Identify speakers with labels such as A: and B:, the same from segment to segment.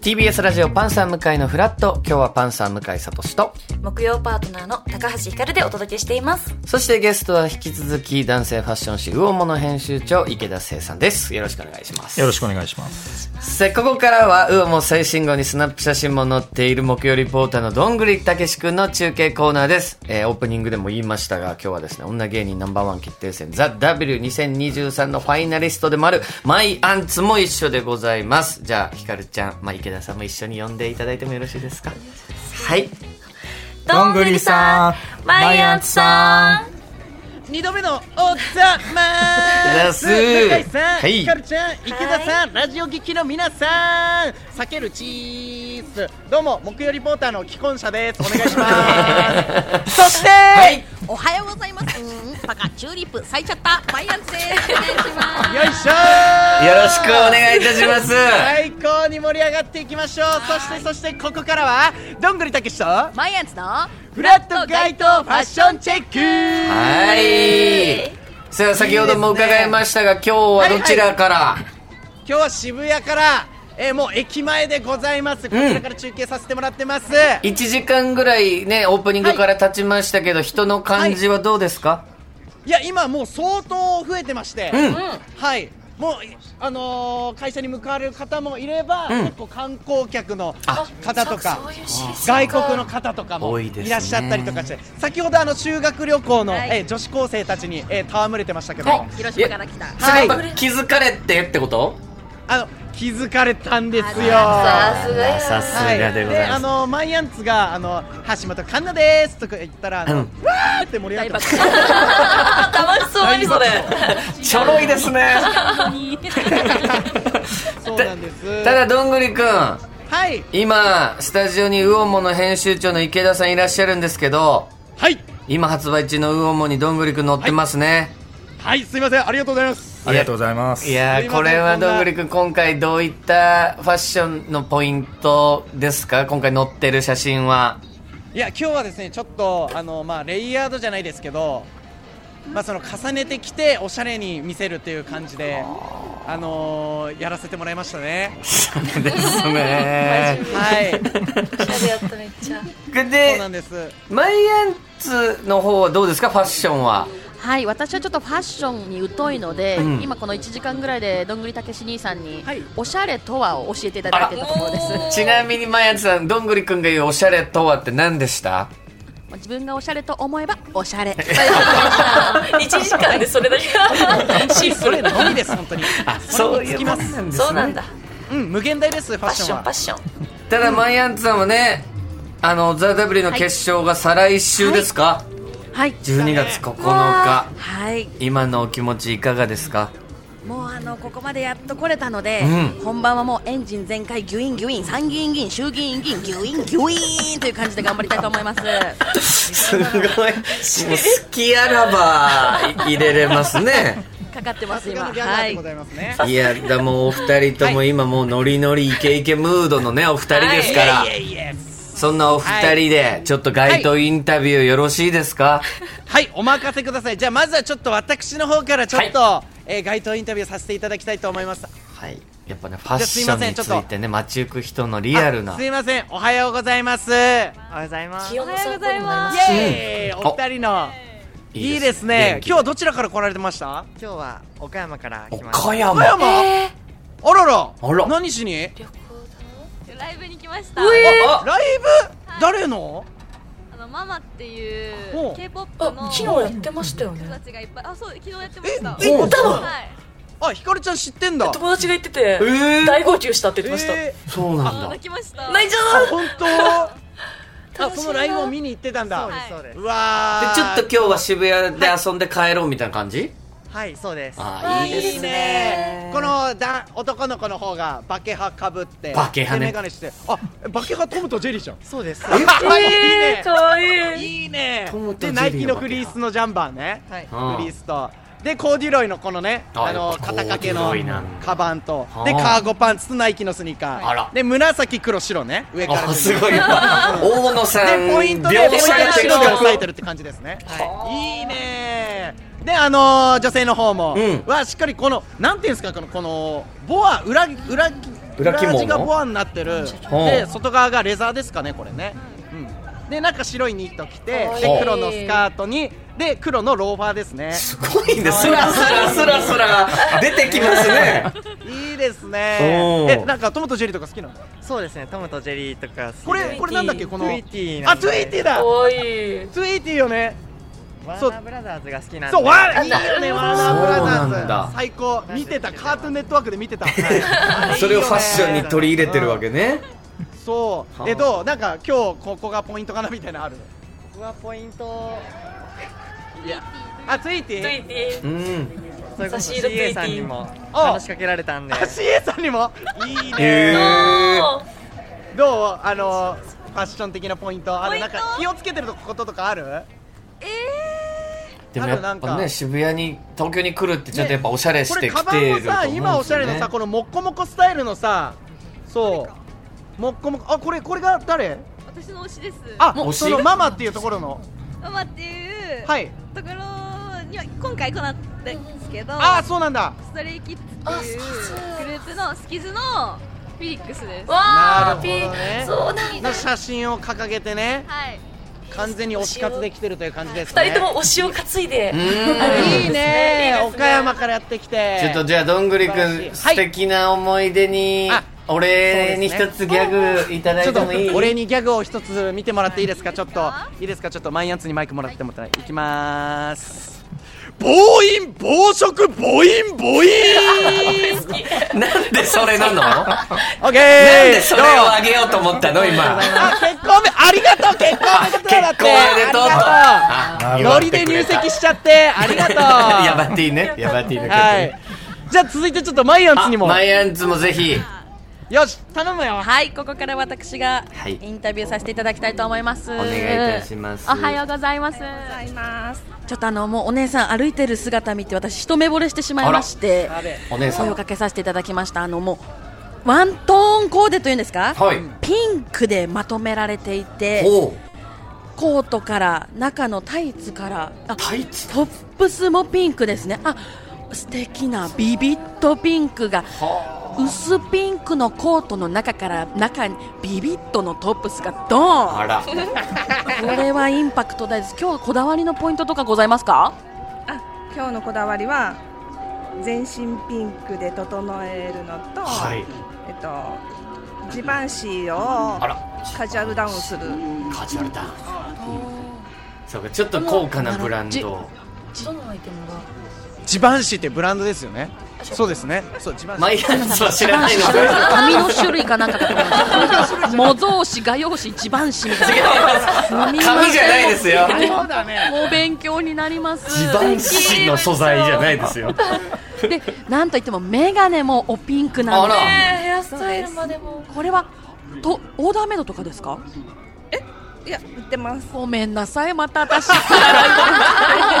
A: TBS ラジオパンサー向井のフラット今日はパンサー向井聡と
B: 木曜パートナーの高橋ひかるでお届けしています。
A: そしてゲストは引き続き男性ファッション誌魚物編集長池田誠さんですよろしくお願いします
C: よろしくお願いします。
A: さあここからは魚も最新号にスナップ写真も載っている木曜リポーターのどんぐりたけし君の中継コーナーです、えーオープニングでも言いましたが今日はですね女芸人ナンバーワン決定戦「ザ・ w 2 0 2 3のファイナリストでもあるマイアンツも一緒でございますじゃあひかるちゃん、まあ、池田さんも一緒に呼んでいただいてもよろしいですかはい
C: どんぐりさん
B: マイアンツさん
D: 二度目のおざま
A: ラ
D: ー
A: ス
D: す向井さん、
A: はい
D: ひかるちゃん、池田さん、ラジオ劇の皆さん避けるチーズどうも、木曜リポーターの既婚者ですお願い しますそして、
A: はい
E: おはようございます。うん、パカチューリップ咲いちゃった。マイアンツです。お願いします。
D: よいしょ
A: よろしくお願いいたします
D: 最高に盛り上がっていきましょうそしてそしてここからはどんぐりたけしと
E: マイアンツの
D: フラット街頭ファッションチェック
A: はいさあ先ほども伺いましたが今日はどちらから、
D: 今日は渋谷から、えーもう駅前でございますこちらから中継させてもらってます、
A: 1時間ぐらいねオープニングから経ちましたけど、人の感じはどうですか、
D: いや今もう相当増えてまして、
A: うん
D: はいもうあのー会社に向かわれる方もいれば、
A: ん
D: 結構観光客の
A: あ
D: 方とか
B: そういうシーズン
D: 外国の方とかも
A: 多いですね
D: いらっしゃったりとかして、先ほどあの修学旅行の、
E: はい
D: えー女子高生たちに、えー戯れてましたけど、
E: はい、広島から来た。
A: それやっ
D: は
A: ぱ気づかれてってこと
D: あの気づかれたんですよ。
B: さすがや
A: さす
D: はい、
A: がでござい
D: あ
A: ます、
D: のマイアンツがあの橋本環奈ですとか言ったらあの、
A: うん
D: わーって盛り上がってました。
B: 楽しそう何それ。
A: ちょろいですね
D: そうなんです。
A: ただどんぐりくん
D: はい
A: 今スタジオにウオモの編集長の池田さんいらっしゃるんですけど
D: はい
A: 今発売中のウオモにどんぐりくん乗ってますね、
D: はいすいませんありがとうございます。
C: ありがとうございます。
A: い、や
D: す
A: ー
D: いません
A: これは
D: こんな
A: どんぐりくん今回どういったファッションのポイントですか今回載ってる写真 はい
D: や今日はですねちょっとあのまあレイヤードじゃないですけど。まあその重ねてきておしゃれに見せるっていう感じで、あのー、やらせてもらいましたね。
A: そうですね
D: はい、
B: シャやっためっちゃ。
D: そう
A: で
D: なんです。
A: マイアンツの方はどうですかファッションは
E: はい、私はちょっとファッションに疎いので、
A: うん
E: 今この1時間ぐらいでどんぐりたけし兄さんに、
D: はい
E: おしゃれとはを教えていただいてたところです。
A: ちなみにマイアンツさんどんぐりくんが言うおしゃれとはって何でした
E: まあ自分がおしゃれと思えばおしゃれ。
B: 一時間でそれだけ。シンプ
D: それ
B: ル。
D: のみです本当に。
A: そう
D: つ
A: い
D: き
A: う
D: ま
A: も
D: す
A: んなんですね
B: そうなんだ。
D: うん無限大ですファ
B: パ
D: ッ
B: ッ
D: シ
B: シ
D: ョン
B: ョ
D: は
B: ンパッション。
A: ただマイアンツさんはねあのザ・ W の決勝が再来週ですか、
E: はい。
A: 12月9
E: わ
A: 日
E: ーはい。
A: 今のお気持ちいかがですか
E: もうあのここまでやっと来れたので、
A: う
E: 本番はもうエンジン全開ギュインギュイン参議院議員衆議院議員ギュインギュイーンという感じで頑張りたいと思います
A: すごいもう好きあらば入れれます ね
E: かかってま
D: さ
E: す
D: す
E: 今
D: がのギャ
E: は
D: ガーで
E: い
D: ございますね、
A: いやだもうお二人とも今もうノリノリイケイケムードのねお二人ですから、
D: いえいえ
A: そんなお二人でちょっと街頭インタビューよろしいですか、
D: はいお任せくださいじゃあまずはちょっと私の方からちょっと、えー街頭インタビューさせていただきたいと思います
A: はい、やっぱねファッションにつ
D: じゃあすいません
A: いてね街行く人のリアルな
D: あすいませんおはようございますおはようございますイ
B: 気温の参考になります。
D: エーイお二人のいいですね今日はどちらから来られてました
F: 今日は岡山から来ました
A: 岡山
D: 岡山、あらら
A: あら
D: 何しに
G: ライブに来ました。
D: あライブ、誰の
G: あのママっていう
D: おう
G: K-POP
B: あ
G: の
B: 昨日
G: 人
B: やってましたよね。
G: たちがいっぱい。あ、そう昨日やってました。
D: え行ったの
G: はい。
D: あひかるちゃん知ってんだ
B: 友達が言ってて
A: えー
B: 大号泣したって言ってました。
D: え
A: そうな
G: あの
A: んだ
G: 泣きました。
B: な泣いちゃ
D: ー、
B: う
D: あ本当あ
B: 楽しいな
D: そのライブを見に行ってたんだ
F: そうで
G: は
F: すそうです
D: うわー
A: でちょっと今日は渋谷で遊んで帰ろうみたいな感じ、
F: はいそうです
A: ああいいです
D: いいねこのだ男の子の方がバケハかぶって
A: バケハね
D: でメガネしてあバケハトムとジェリーじゃん
F: そうです
D: え
B: かわいい。
D: いいねいいね
A: トムとジェリ
D: で
A: ー
D: ナイキのフリースのジャンバーね
F: はい
A: うん
D: フリースとでコーデュロイのこのね
A: あ
D: あ
A: や
D: の
A: っぱ
D: 肩掛け
A: コー
D: の
A: デュロイなんだ
D: カバンと
A: はあ
D: でカーゴパンツとナイキのスニーカ
A: あら
D: ーで紫黒白ね上から
A: あ
D: 順
A: す
D: に
A: ご いわ大野さん
D: でポイントで
A: 描
D: ポイント
A: 写
D: で
A: が的
D: 白で抑えて
A: 確
D: るって感じですね、い、いねであのー女性の方も、
A: うん
D: はしっかりこのなんていうんですかこのこのボア裏裏
A: 裏起毛の
D: 地がボアになってる
A: ほう
D: で外側がレザーですかねこれね、うん、で中白いニット着て
A: ほ
D: で
A: う
D: 黒のスカートにで黒のローファーですね
A: すごいね、スラスラスラスラ出てきますね。
D: いいです
A: お
D: ね
A: ー
D: えなんかトムとジェリーとか好きなの
F: そうですねトムとジェリーとか好きで
D: これこれなんだっけこの
F: トゥイティー
D: あトゥイティだ
B: おい
D: トゥイティよね
F: ワ
D: そう
F: ーナーブラザーズが好きなんで
D: そうわいいよねワーナーブラザ
A: そうなん
D: ー
A: だ
D: ズ最高見てたカートゥーンネットワークで見てた
A: それをファッションに取り入れてるわけね。
D: そうえどうなんか今日ここがポイントかなみたいなのある
F: 僕はポイント
D: あツイーテ
B: つ
D: ィ
B: いて
A: うん。
F: それこそ
B: 差し入れ
F: CA さんにも
D: あ
F: 話しかけられたんで
D: あ CA さんにもいい
A: へ
D: ね
A: え
B: おー
D: どうあのファッション的なポイントあ
G: ポイ
D: れ
G: ント
D: なんか気をつけてることとかある
G: え
A: でもやっ
D: あ
A: ぱ
D: るなん
A: ね
D: か
A: 渋谷に東京に来るってちょっとやっぱおしゃれ
D: こ
A: して
D: れ
A: き
D: カバ
A: て
D: ン
A: ると
D: も
A: 思
D: さ
A: うんですよね。
D: 今おしゃれのさこのもっこもこスタイルのさそうもっこもこあこれこれが誰
G: ー、私の推しです
D: あ
A: もう
D: その
A: 推し
D: ママっていうところの
G: ママっていう
D: はい
G: ところには今回来なかったんですけど
D: ああそうなんだ
G: ストレイキッズっていうグループのスキズのフィリックスです
B: わー
D: なるほどね
B: ピーそうなんだ
D: の写真を掲げてね
G: はい
D: 完全に推し活できてるという感じです
B: 二
D: ね
B: 人とも推しを担いで
A: うん
D: いいね
B: いいですね
D: 岡山からやってきて
A: ちょっとじゃあどんぐりく
D: 素晴
A: ん
D: らしい
A: 素敵な思い出に
D: あ
A: 俺に
D: そう
A: 一
D: で
A: つギャグいただ
D: ち
A: い
D: ょってと
A: もいい？
D: お礼にギャグを一つ見てもらっていいですかちょっと
G: はい
D: いですかちょっとマイアンツにマイクもらってもらっていきまーす暴飲暴食暴飲 暴飲
A: なんでそれ なの？な
D: オ
A: ん
D: ッケー
A: でそれをあげようと思ったの今。
D: あ結婚おめありがとう結婚おめでとうだって
A: 結婚おめでとうと
D: あ
C: あ
D: りがとうノリで入籍しちゃってありがとう
A: ヤバティね。ヤバティの曲ね。
D: はいじゃあ続いてちょっとマイアンツにも
A: あマイアンツもぜひ。
D: よし頼むよ
E: はい、ここから私が
A: はい
E: インタビューさせていただきたいと思います。
A: お願いいたします。
G: おはようございますおはようございます
E: ちょっとあのもうお姉さん歩いてる姿見て私一目惚れしてしまいまして
D: あれ
A: お姉さん。
E: 声を
A: は
E: かけさせていただきましたあのもうワントーンコーデというんですか、
A: い。
E: ピンクでまとめられていて
A: ほう。
E: コートから中のタイツからあ
A: タイツ
E: トップスもピンクですねあ素敵なビビッとピンクが
A: は
E: 薄ピンクのコートの中から中にビビッとのトップスがド
A: あ。
E: ー
A: あ
E: ン
A: ら。
E: これはインパクト大です今日こだわりのポイントとかございますか
H: あ今日のこだわりは全身ピンクで整えるのと、
A: はい。
H: えっとジバンシーを
A: あら。
H: カジュアルダウンする
A: カジュアルダウン。そうか、ちょっと高価なブラン
E: じ
A: ド。
B: どのアイテムが
D: ジバンシーってブランドですよねそうですねそうジバンシー
A: マイアンツは知らないので。違い
E: 紙の種類かなんかかと思いました模造紙画用紙一番紙みたいな
A: ます。紙じゃないですよ。
D: そうだね
E: もう勉強になります
A: 地盤紙の素材じゃないですよ。
E: でなんといっても眼鏡もおピンクなんで
A: あら
B: えーヘアスタイルまでも
E: これはとオーダーメイドとかですか
H: いや売ってます
E: ごめんなさいまた私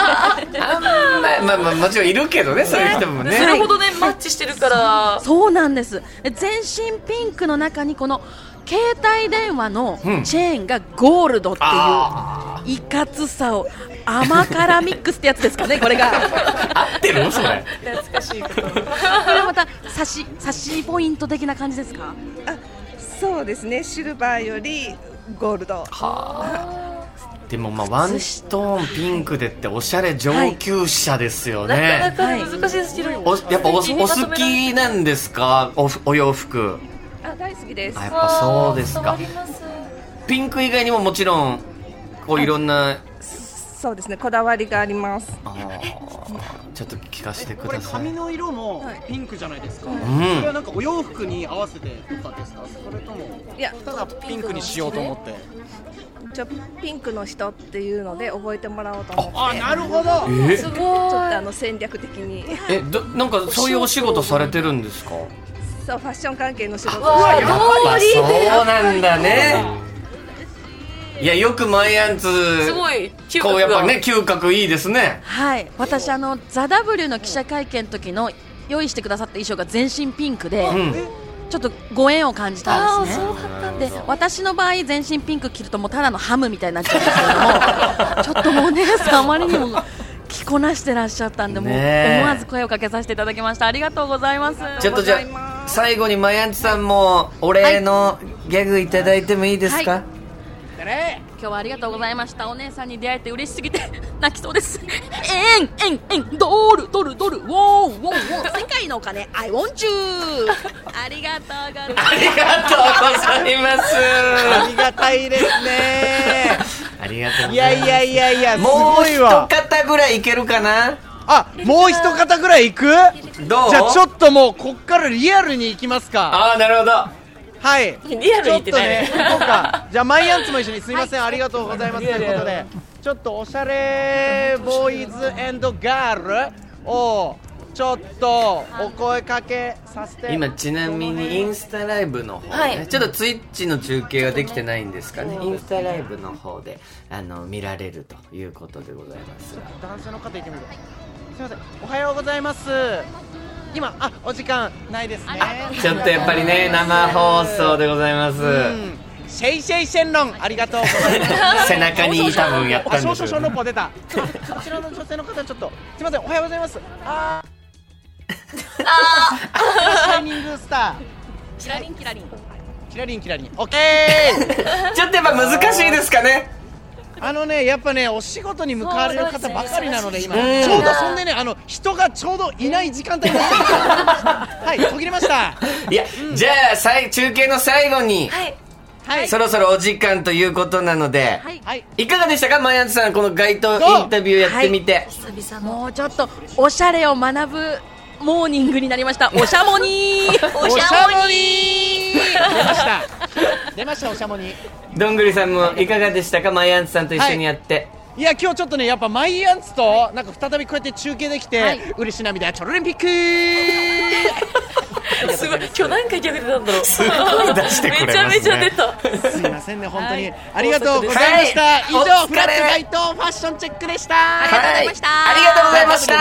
A: まあまあまあ、もちろんいるけどね、そういう人もね。
B: それほどねマッチしてるから
E: そうなんですで全身ピンクの中にこの携帯電話の
A: うん
E: チェーンがゴールドっていう、
A: あ
E: いかつさを甘辛ミックスってやつですかねこれが
A: 合ってるそれ。
E: これまた差し差しポイント的な感じですか
H: そうですねシルバーよりゴールド
A: でもまあワントーンピンクでっておしゃれ上級者ですよ
B: なかな
A: ね。
B: か難しいですけど
A: おやっぱおお
B: 素敵にまと
A: 好
B: められて
A: きなんですかおお洋服
H: あ大好きです
A: あやっぱそうです
B: わ
A: か
B: ります
A: ピンク以外にももちろんこういろんな
H: そうですねこだわりがあります
A: あーちょっと聞かせてく
D: これ
A: ださい
D: 髪の色もピンクじゃないですか、
A: ん
D: これはなんかお洋服に合わせてとかですかそれとも
H: いや
D: ただピンクにしようと思って
H: ちょピンクの人っていうので覚えてもらおうと思って
D: あなるほど
A: え
B: す
H: ちょっ
B: ご
H: と
B: い
H: あの戦略的に
A: えどなんかそういうお仕事されてるんですか
H: そうファッション関係の仕事
B: わあどうり
A: そうなんだねいやよくマイアンツ
B: すごい嗅覚が
A: こうやっぱね嗅覚いいですね
E: はい私あの「ザ・ w の記者会見の時の用意してくださった衣装が全身ピンクで、
A: うん
E: ちょっとご縁を感じたんですね
B: そうだったんだ
E: で私の場合全身ピンク着るともうただのハムみたいになっちゃうんですけども ちょっともうお姉さんあまりにも着こなしてらっしゃったんで、もう
A: ねえ
E: 思わず声をかけさせていただきましたありがとうございます
A: ちょっとじゃあ最後にマヤンチさんもお礼のギャグいただいてもいいですか、
E: はい今日はありがとうございましたお姉さんに出会えて嬉しすぎて 泣きそうですえんえんえんドルドルドルウォンウォンウォン世界のお金 I want you
G: ありがとうござい
A: ありがとうございます
D: ありがたいですね
A: ありがとう
D: いやいやいやいやす
A: も
D: ご
A: う
D: い
A: 一
D: わ
A: 方ぐらいいけるかな
D: あもう一方ぐらい行く
A: どう
D: じゃあちょっともうこっからリアルに行きますか
A: ああなるほど
D: はい
B: リアルに行ってないね
D: ちょっとね行こうかじゃあマイアンツも一緒にすいません、ありがとうございますということでちょっとおしゃれボーイズガールをちょっとお声かけさせて
A: 今ちなみにインスタライブの方、ね
B: はい
A: ちょっとツイッチの中継ができてないんですかねインスタライブの方であの見られるということでございますが
D: 男性の方いてみるすいませんおはようございます今あお時間ないですね
A: ちょっとやっぱりね生放送でございます、
D: うんシェイシェイシェンロンありがとうございます
A: 背中に多分やっ
D: あ、
A: たん
D: 少
A: で
D: 々
A: しょ
D: 小
A: うね
D: 籠包出た。あこちらの女性の方ちょっと、すみません、おはようございます。あー。 シャイニングスタ
E: キラリンキラリン
D: ー。キラリンキラリン。オッケー。
A: ちょっとやっぱ難しいですかね
D: あのね、やっぱね、お仕事に向かわれる方ばかりなので、今。
A: うん
D: ちょうどそんでね、あの、人がちょうどいない時間 帯になってきた。はい、途切れました。
A: いや、じゃあさい中継の最後に、
B: はい
D: はい。
A: そろそろお時間ということなので、、
E: はいい
D: はい。
A: かがでしたかマヤンツさんこの街頭インタビューやってみて、
B: 久々の
E: もうちょっとおしゃれを学ぶモーニングになりま したおしゃもにー
B: おしゃもに
D: 出ました。出ました、おしゃもに。
A: どんぐりさんもいかがでしたかマヤンツさんと一緒にやって、
D: いや今日ちょっとねやっぱマイアンツとなんか再びこうやって中継できて、
E: はい
D: 嬉し涙チョロリンピ ック
B: ーすごい今日何回逆出たんだろうすご
A: い出してくれま
B: め
A: すね
B: ちゃめちゃ出た
D: すいませんね本当に、
B: はい
D: ありがとうございました、
A: はい
D: 以上
A: お疲れ
D: フラット街頭ファッションチェックでした
A: はい、ありがとうございました。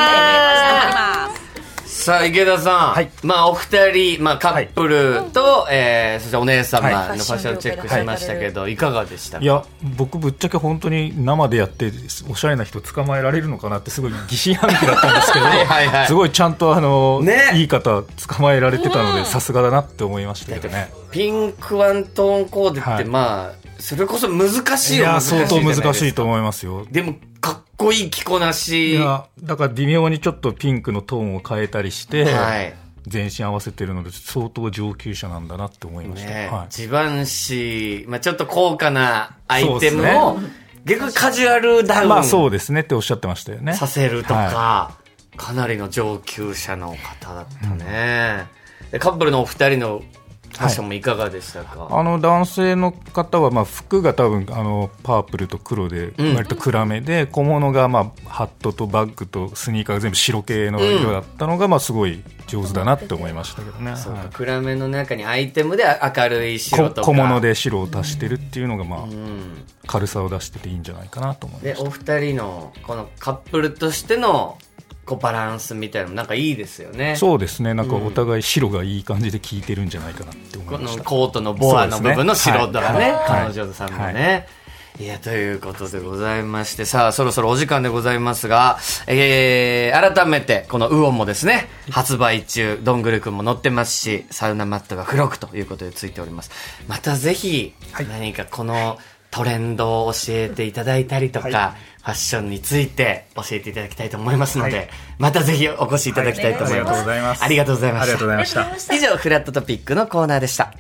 A: さあ池田さん、
C: はい
A: まあお二人、まあ、カップルと、えーそしてお姉様の
C: は
A: ファッションチェックしましたけど、い、かがでした
C: いや僕ぶっちゃけ本当に生でやっておしゃれな人捕まえられるのかなってすごい疑心暗鬼だったんですけど
A: はいはいはい
C: すごいちゃんとあの、
A: ね
C: いい方捕まえられてたのでさすがだなって思いましたけどね
A: ピンクワントーンコーデって、
C: はい
A: まあそれこそ難し
C: い
A: いよ
C: や相当難
A: じゃなです
C: しいと
A: か
C: 思いますよ
A: でもかっこいい着こなし
C: いやだから微妙にちょっとピンクのトーンを変えたりして、
A: はい
C: 全身合わせてるので相当上級者なんだなって思いました、
A: ね
C: はい、
A: ジバンシー、まあ、ちょっと高価なアイテム
C: そ
A: を、逆にカジュアルダウン、
C: まあそうですねっておっしゃってましたよね
A: させるとか、
C: は
A: かなりの上級者の方だったね、でカップルのお二人のファッションもいかがでしたか、
C: あの男性の方はまあ服が多分あのパープルと黒で
A: ん
C: 割と暗めで小物がまあハットとバッグとスニーカーが全部白系の色だったのがまあすごい上手だなって思いましたけどね、
A: そう
C: は
A: か
C: い
A: 暗めの中にアイテムで明るい白
C: こと
A: か
C: 小物、で白を足してるっていうのがまあ
A: うん、
C: 軽さを出してていいんじゃないかなと思いま
A: で
C: した
A: お二人のこのカップルとしてのこうバランスみたいなのもなんかいいですよね
C: そうですねなんかお互い白がいい感じで効いてるんじゃないかなって思
A: こ
C: いま
A: の
C: した
A: コートのボアの部分の白だね、
C: はいはい
A: 彼女さんもね。いや、ということでございまして、さあ、そろそろお時間でございますが、えー、改めて、このウオンもですね、発売中、どんぐりくんも載ってますし、サウナマットが付録ということでついております。またぜひ、何かこのトレンドを教えていただいたりとか、ファッションについて教えていただきたいと思いますので、またぜひお越しいただきたいと思います。
C: はいありがとうございます
A: ありがとうございま
C: ありがとうご
A: し
C: ざいました
A: た。以上、フラットトピックのコーナーでした。